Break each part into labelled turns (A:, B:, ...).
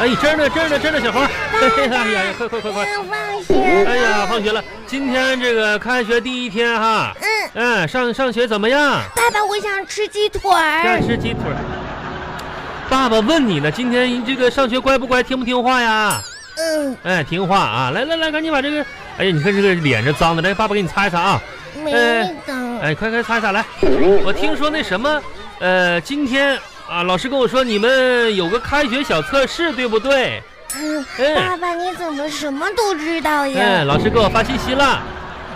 A: 哎，这儿呢，这儿呢，这儿呢，小花，哎呀，快快快快！
B: 嗯放学了
A: 哎呀，放学了，今天这个开学第一天哈，
B: 嗯，
A: 嗯，上上学怎么样？
B: 爸爸，我想吃鸡腿
A: 爱
B: 儿。
A: 吃鸡腿儿。爸爸问你呢，今天这个上学乖不乖，听不听话呀？
B: 嗯，
A: 哎，听话啊！来来来，赶紧把这个，哎呀，你看这个脸这脏的，来，爸爸给你擦一擦啊！
B: 没
A: 呃
B: 的。
A: 哎，快快擦一擦来。我听说那什么，呃，今天啊，老师跟我说你们有个开学小测试，对不对？
B: 嗯，
A: 哎
B: 爸爸，你怎么什么都知道
A: 哎，
B: 呀？
A: 老师给我发信息了，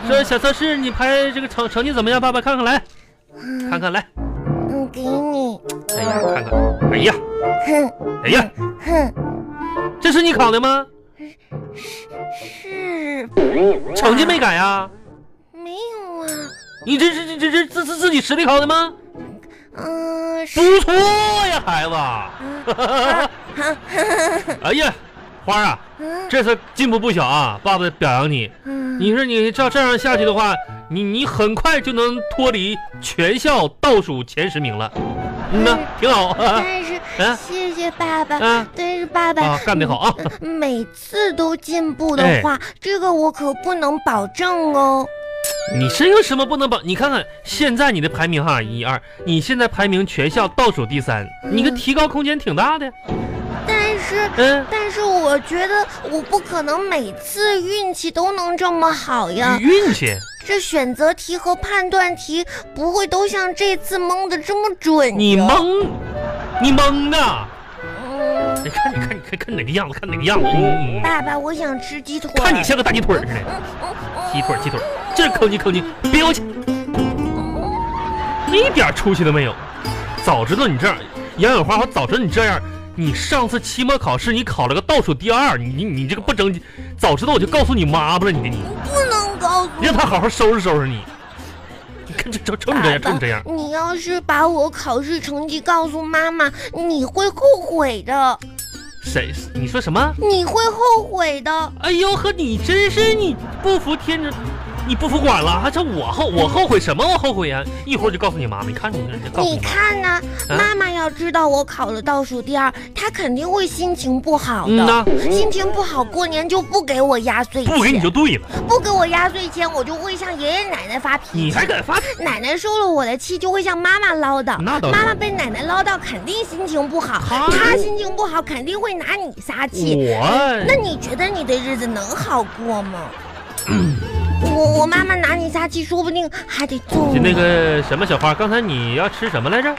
A: 说小测试你排这个成成绩怎么样？爸爸看看来，
B: 嗯
A: 看看来。
B: 嗯，给你。
A: 哎呀，看看，哎呀，
B: 哼
A: 哎呀，
B: 哼，
A: 这是你考的吗？
B: 是
A: 成绩没改啊？
B: 没有啊？
A: 你这是这这这自自自己实地考的吗？
B: 嗯，
A: 不
B: 是。
A: 错呀，孩子。
B: 嗯 啊哈哈哈
A: 哎呀，花儿啊，
B: 嗯
A: 这次进步不小啊，爸爸表扬你。
B: 嗯
A: 你说你照这样下去的话，你你很快就能脱离全校倒数前十名了。嗯呐，挺好。
B: 但是
A: 嗯
B: 谢谢爸爸
A: 嗯，
B: 但是爸爸
A: 啊干得好哎啊
B: 嗯每次都进步的话，这个我可不能保证哦。
A: 你这有什么不能保？你看看现在你的排名哈，一二，你现在排名全校倒数第三，你个提高空间挺大的。
B: 但是，
A: 嗯，
B: 但是我觉得我不可能每次运气都能这么好呀。
A: 运气。
B: 这选择题和判断题不会都像这次蒙的这么准呀。
A: 你蒙，你蒙的。
B: 嗯？
A: 你看，你看，你看，看哪个样子？看哪个样子？嗯，嗯嗯
B: 爸爸，我想吃鸡腿。嗯
A: 看你像个大鸡腿儿似的，鸡腿儿，鸡腿儿，这儿吭叽吭叽，别过去，一点出息都没有。早知道你这样，杨小花，我早知道你这样，你上次期末考试你考了个倒数第二，你你你这个不争气，早知道我就告诉你妈妈了，你你
B: 不能告诉
A: 你让她好好收拾收拾你。 你看这瞅瞅你这样，瞅你这样，
B: 你要是把我考试成绩告诉妈妈，你会后悔的，
A: 谁？你说什么？
B: 你会后悔的。
A: 哎呦呵，你真是你不服天着，你不服管了？还啊这我后我后悔什么？我后悔呀、一会儿就告诉你妈，你看你这告诉
B: 你
A: 你妈。啊
B: 看呢、妈妈要知道我考了倒数第二，她肯定会心情不好
A: 嗯呐
B: 的。心情不好，过年就不给我压岁钱，
A: 不给你就对了，
B: 不给我压岁钱，我就会向爷爷奶奶发脾
A: 你
B: 气。
A: 还敢发？
B: 奶奶受了我的气，就会向妈妈唠叨。
A: 嗯那倒是
B: 妈妈被奶奶唠叨，肯定心情不好。
A: 好
B: 她心情不好，肯定会拿你撒气。
A: 哎
B: 那
A: 我
B: 你觉得你的日子能好过吗？我我妈妈拿你撒气，说不定还得揍你。
A: 那个什么小花，刚才你要吃什么来着？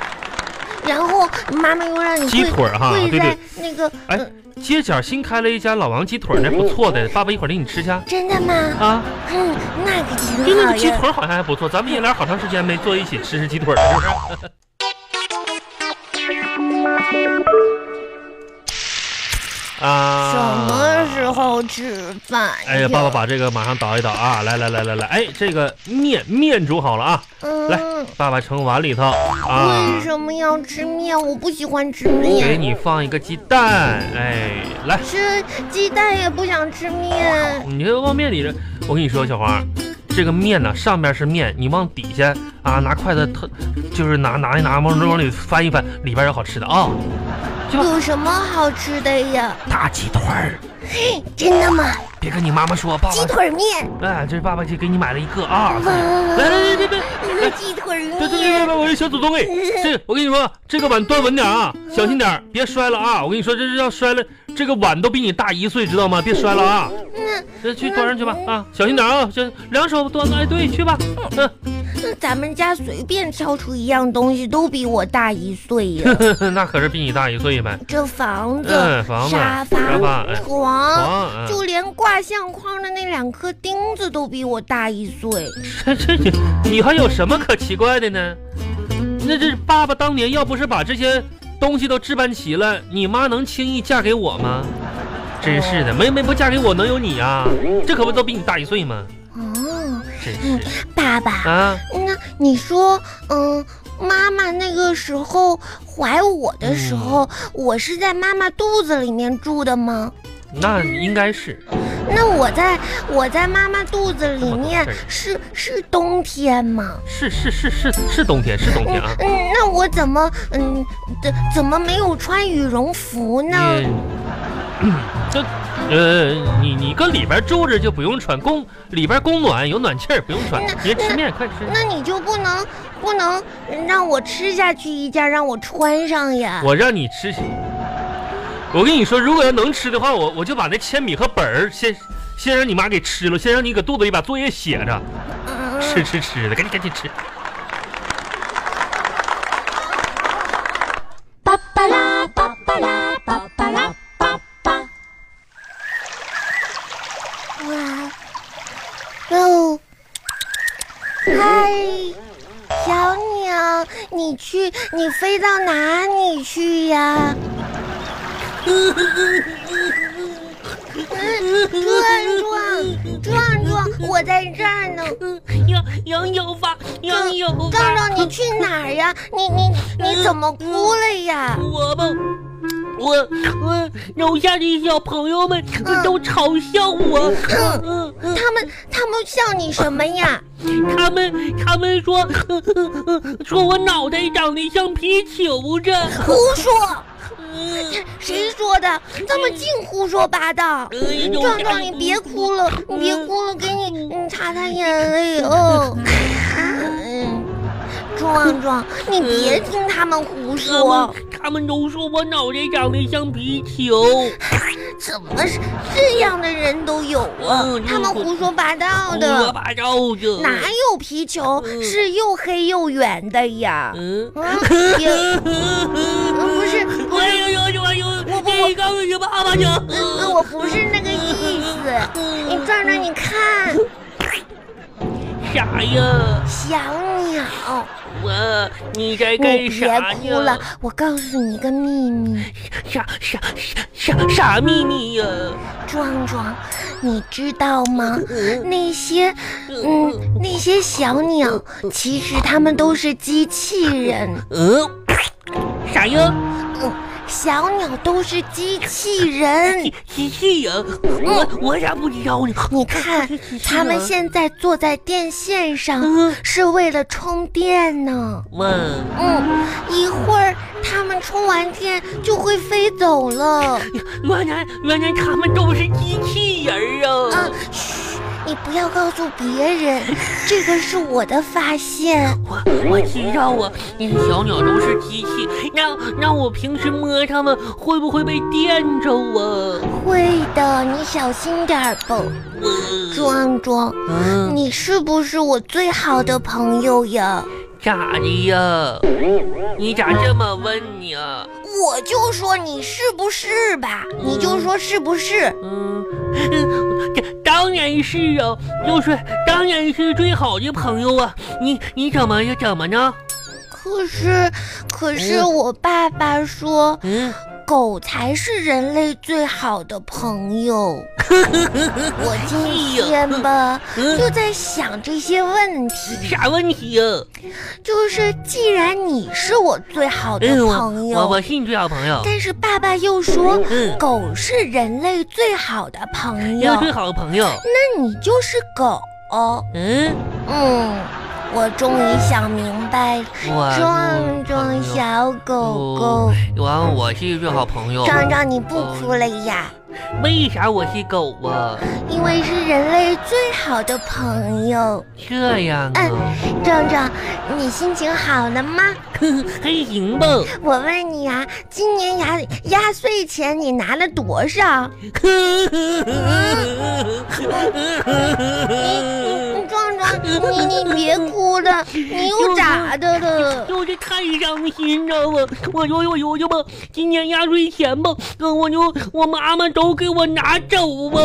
B: 然后妈妈又让你
A: 鸡
B: 跪
A: 腿儿哈
B: 跪
A: 对
B: 在那个
A: 哎
B: 呃，
A: 街角新开了一家老王鸡腿儿，那不错的，爸爸一会儿领你吃去啊。
B: 真的吗？嗯，那个
A: 就
B: 挺
A: 那
B: 好
A: 个鸡
B: 呀。
A: 腿儿好像还不错，咱们爷俩好长时间没坐一起吃吃鸡腿儿了，是不是？ 啊，
B: 什么时候吃饭？
A: 哎呀，爸爸，把这个马上倒一倒啊！来来来来来，哎，这个面面煮好了啊，来
B: 嗯，
A: 爸爸盛碗里头啊哦
B: 为，什么要吃面？我不喜欢吃
A: 给
B: 面，
A: 你放一个鸡蛋，哎，来，
B: 吃鸡蛋也不想吃面。
A: 你这往面里这，我跟你说，小花，这个面呢，上面是面，你往底下啊拿筷子特，就是拿拿一拿往往里翻一翻，里边有好吃的啊、吧
B: 有什么好吃的呀？
A: 大鸡腿儿，
B: 嘿，真的吗？
A: 别跟你妈妈说，爸
B: 鸡
A: 爸，
B: 腿儿面，
A: 哎，这爸爸就给你买了一个啊，
B: 哇
A: 来来来，别别。
B: 鸡腿
A: 对
B: 儿
A: 对对
B: 面。
A: 对，我是小祖宗哎！这我跟你说，这个碗端稳点啊，小心点儿，别摔了啊！我跟你说，这是要摔了，这个碗都比你大一岁，知道吗？别摔了啊！
B: 那
A: 这去端上去吧啊，小心点儿啊！这两手端，哎，对，去吧。嗯，
B: 那咱们家随便挑出一样东西都比我大一岁呀。
A: 那可是比你大一岁呗。
B: 这房子、
A: 嗯房子
B: 沙
A: 沙发哎
B: 床，
A: 啊，嗯
B: 就连挂相框的那两颗钉子都比我大一岁。
A: 这 这你你还有什么可奇怪的呢？那这爸爸当年要不是把这些东西都置办齐了，你妈能轻易嫁给我吗？真是的，没没不嫁给我能有你啊？这可不都比你大一岁吗？
B: 哦，
A: 真是
B: 爸爸，
A: 啊！
B: 那你说，嗯，妈妈那个时
A: 嗯
B: 候怀我的时候，我是在妈妈肚子里面住的吗？
A: 那应该是
B: 那我在我在妈妈肚子里面
A: 这么多事儿
B: 是是冬天吗？
A: 是是是是是冬天是冬
B: 嗯
A: 天啊。
B: 嗯，那我怎么嗯怎怎么没有穿羽绒服呢？
A: 你这嗯呃，你你搁里边住着就不用穿，供里边供暖有暖气儿，不用穿
B: 那。
A: 别吃
B: 那
A: 面，快吃。
B: 那你就不能不能让我吃下去一件，让我穿上呀？
A: 我让你吃。我跟你说，如果要能吃的话，我我就把那铅笔和本儿先先让你妈给吃了，先让你搁肚子里把作业写着，
B: 嗯
A: 吃吃吃的，赶紧赶紧吃。
C: 巴巴拉巴巴拉巴巴拉巴巴。
B: 哇哦！嗨，小鸟，你去，你飞到哪里去呀？嗯壮壮，壮壮，我在这儿呢。
D: 杨杨有发，杨有
B: 壮
D: 发，
B: 壮，你去哪儿呀？你你你怎么哭了呀？
D: 我吧，我我楼下的小朋友们
B: 嗯
D: 都嘲笑我，嗯嗯
B: 他们他们笑你什么呀？
D: 他们他们说说我脑袋长得像皮球子，
B: 胡说！
D: 嗯
B: 谁说的？这么净胡说八道！
D: 哎呦
B: 壮壮，你别哭了，你别哭了，给你嗯擦擦眼泪哦。嗯，壮壮，你别听他们胡
D: 他
B: 说
D: 们，他们都说我脑袋长得像皮球，
B: 怎么是这样的人都有啊
D: 嗯？
B: 他们胡说八道
D: 胡说
B: 的，
D: 八道的，
B: 哪有皮球
D: 嗯
B: 是又黑又圆的呀？
D: 嗯。
B: 啊，也不是，不
D: 哎
B: 是，
D: 呦呦呦哎呦！
B: 我不
D: 这告诉你爸爸去。
B: 嗯，我不是那个意思。你壮壮，你 看，
D: 啥呀？
B: 小鸟。
D: 我你在
B: 你
D: 干
B: 别
D: 啥
B: 哭了
D: 呢？，
B: 我告诉你一个秘密，
D: 啥啥啥啥啥秘密呀？
B: 壮壮，你知道吗？那些，嗯，那些小鸟，其实它们都是机器人，
D: 嗯，啥呀？
B: 小鸟都是机器人
D: 机。机器人？我我咋不知道呢？
B: 你看，它们现在坐在电线上，
D: 嗯
B: 是为了充电呢。
D: 我
B: 嗯，一会儿它们充完电就会飞走了。
D: 原来原来他们都是机器人儿
B: 啊
D: 啊！，
B: 嘘，你不要告诉别人，这个是我的发现。
D: 我我知道啊，那些小鸟都是机器，那那我平时摸它们会不会被电着啊？
B: 会的，你小心点儿吧，
D: 我
B: 壮壮。
D: 嗯，
B: 你是不是我最好的朋友呀？
D: 咋的呀？你咋这么啊问呀？
B: 我就说你是不是吧，你就说是不是？
D: 嗯，这当然是啊，就是当然是最好的朋友啊。你你怎么又怎么呢？
B: 可是，可是我爸爸说，
D: 嗯，
B: 狗才是人类最好的朋友。我今天吧，
D: 嗯
B: 就在想这些问题。
D: 啥问题呀、
B: 就是既然你是我最好的
D: 嗯，我
B: 朋
D: 我
B: 友，
D: 我是你最好朋友，
B: 但是爸爸又说、
D: 嗯
B: 狗是人类最好的朋
D: 你
B: 友
D: 是，最好的朋友。
B: 那你就是狗。
D: 嗯，
B: 嗯，我终于想明 白了，
D: 我
B: 壮壮小狗狗
D: 我，完我是最好哦哎朋友，
B: 壮壮你不哭了呀？
D: 为啥我是狗啊？
B: 因为是人类最好的朋友。嗯
D: 这样啊，
B: 哎壮壮，你心情好了吗？
D: 还行吧？
B: 我问你啊，今年压压岁钱你拿了多少？嗯壮壮，你你别哭了，你又咋的了？
D: 就是太伤心，你知道吗？我就我就吧，今年压岁钱吧，嗯我就我妈妈都给我拿走吧。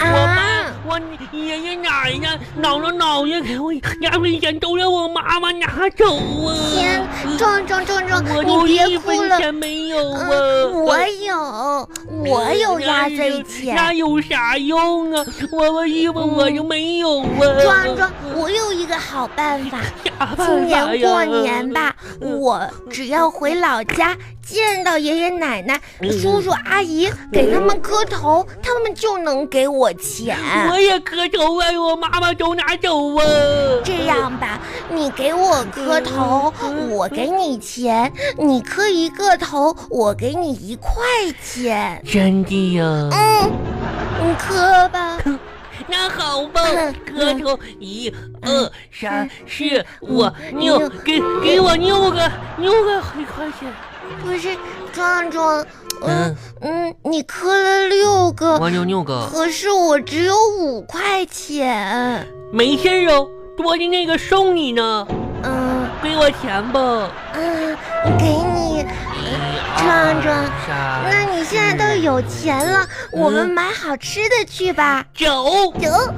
B: 啊
D: 我妈，我爷爷奶奶、姥姥姥爷给我压岁钱都让我妈妈拿走啊！
B: 天，壮壮壮壮，
D: 我
B: 你
D: 就一
B: 别哭
D: 分
B: 了。
D: 钱没有啊！
B: 嗯，我有，我有压岁
D: 那
B: 钱。嗯
D: 有啥用啊？我我衣服我就没有啊！
B: 壮壮，我有一个好办法，
D: 啥办法呀？
B: 今年过年吧，我只要回老家见到爷爷奶奶、叔叔阿姨，给他们磕头，他们就能给我钱。
D: 我也磕头啊，我妈妈走哪走啊？
B: 这样吧，你给我磕头，我给你钱；你磕一个头，我给你一块钱。
D: 真的呀、
B: 嗯，你磕吧。
D: 那好吧
B: 嗯，
D: 磕头一二三四五
B: 嗯
D: 六，给给我六个六个一块钱。
B: 不是，壮壮，嗯
A: 嗯
B: 嗯，你磕了嗯六个，
A: 我扭扭个，
B: 可是我只有五块钱。
D: 没事儿哦，多的那个送你呢，
B: 嗯
D: 给我钱吧。
B: 嗯，给你，壮壮。那
A: 啥？嗯
B: 你现在都有钱了，我们买好吃的去吧。
D: 走。
B: 走。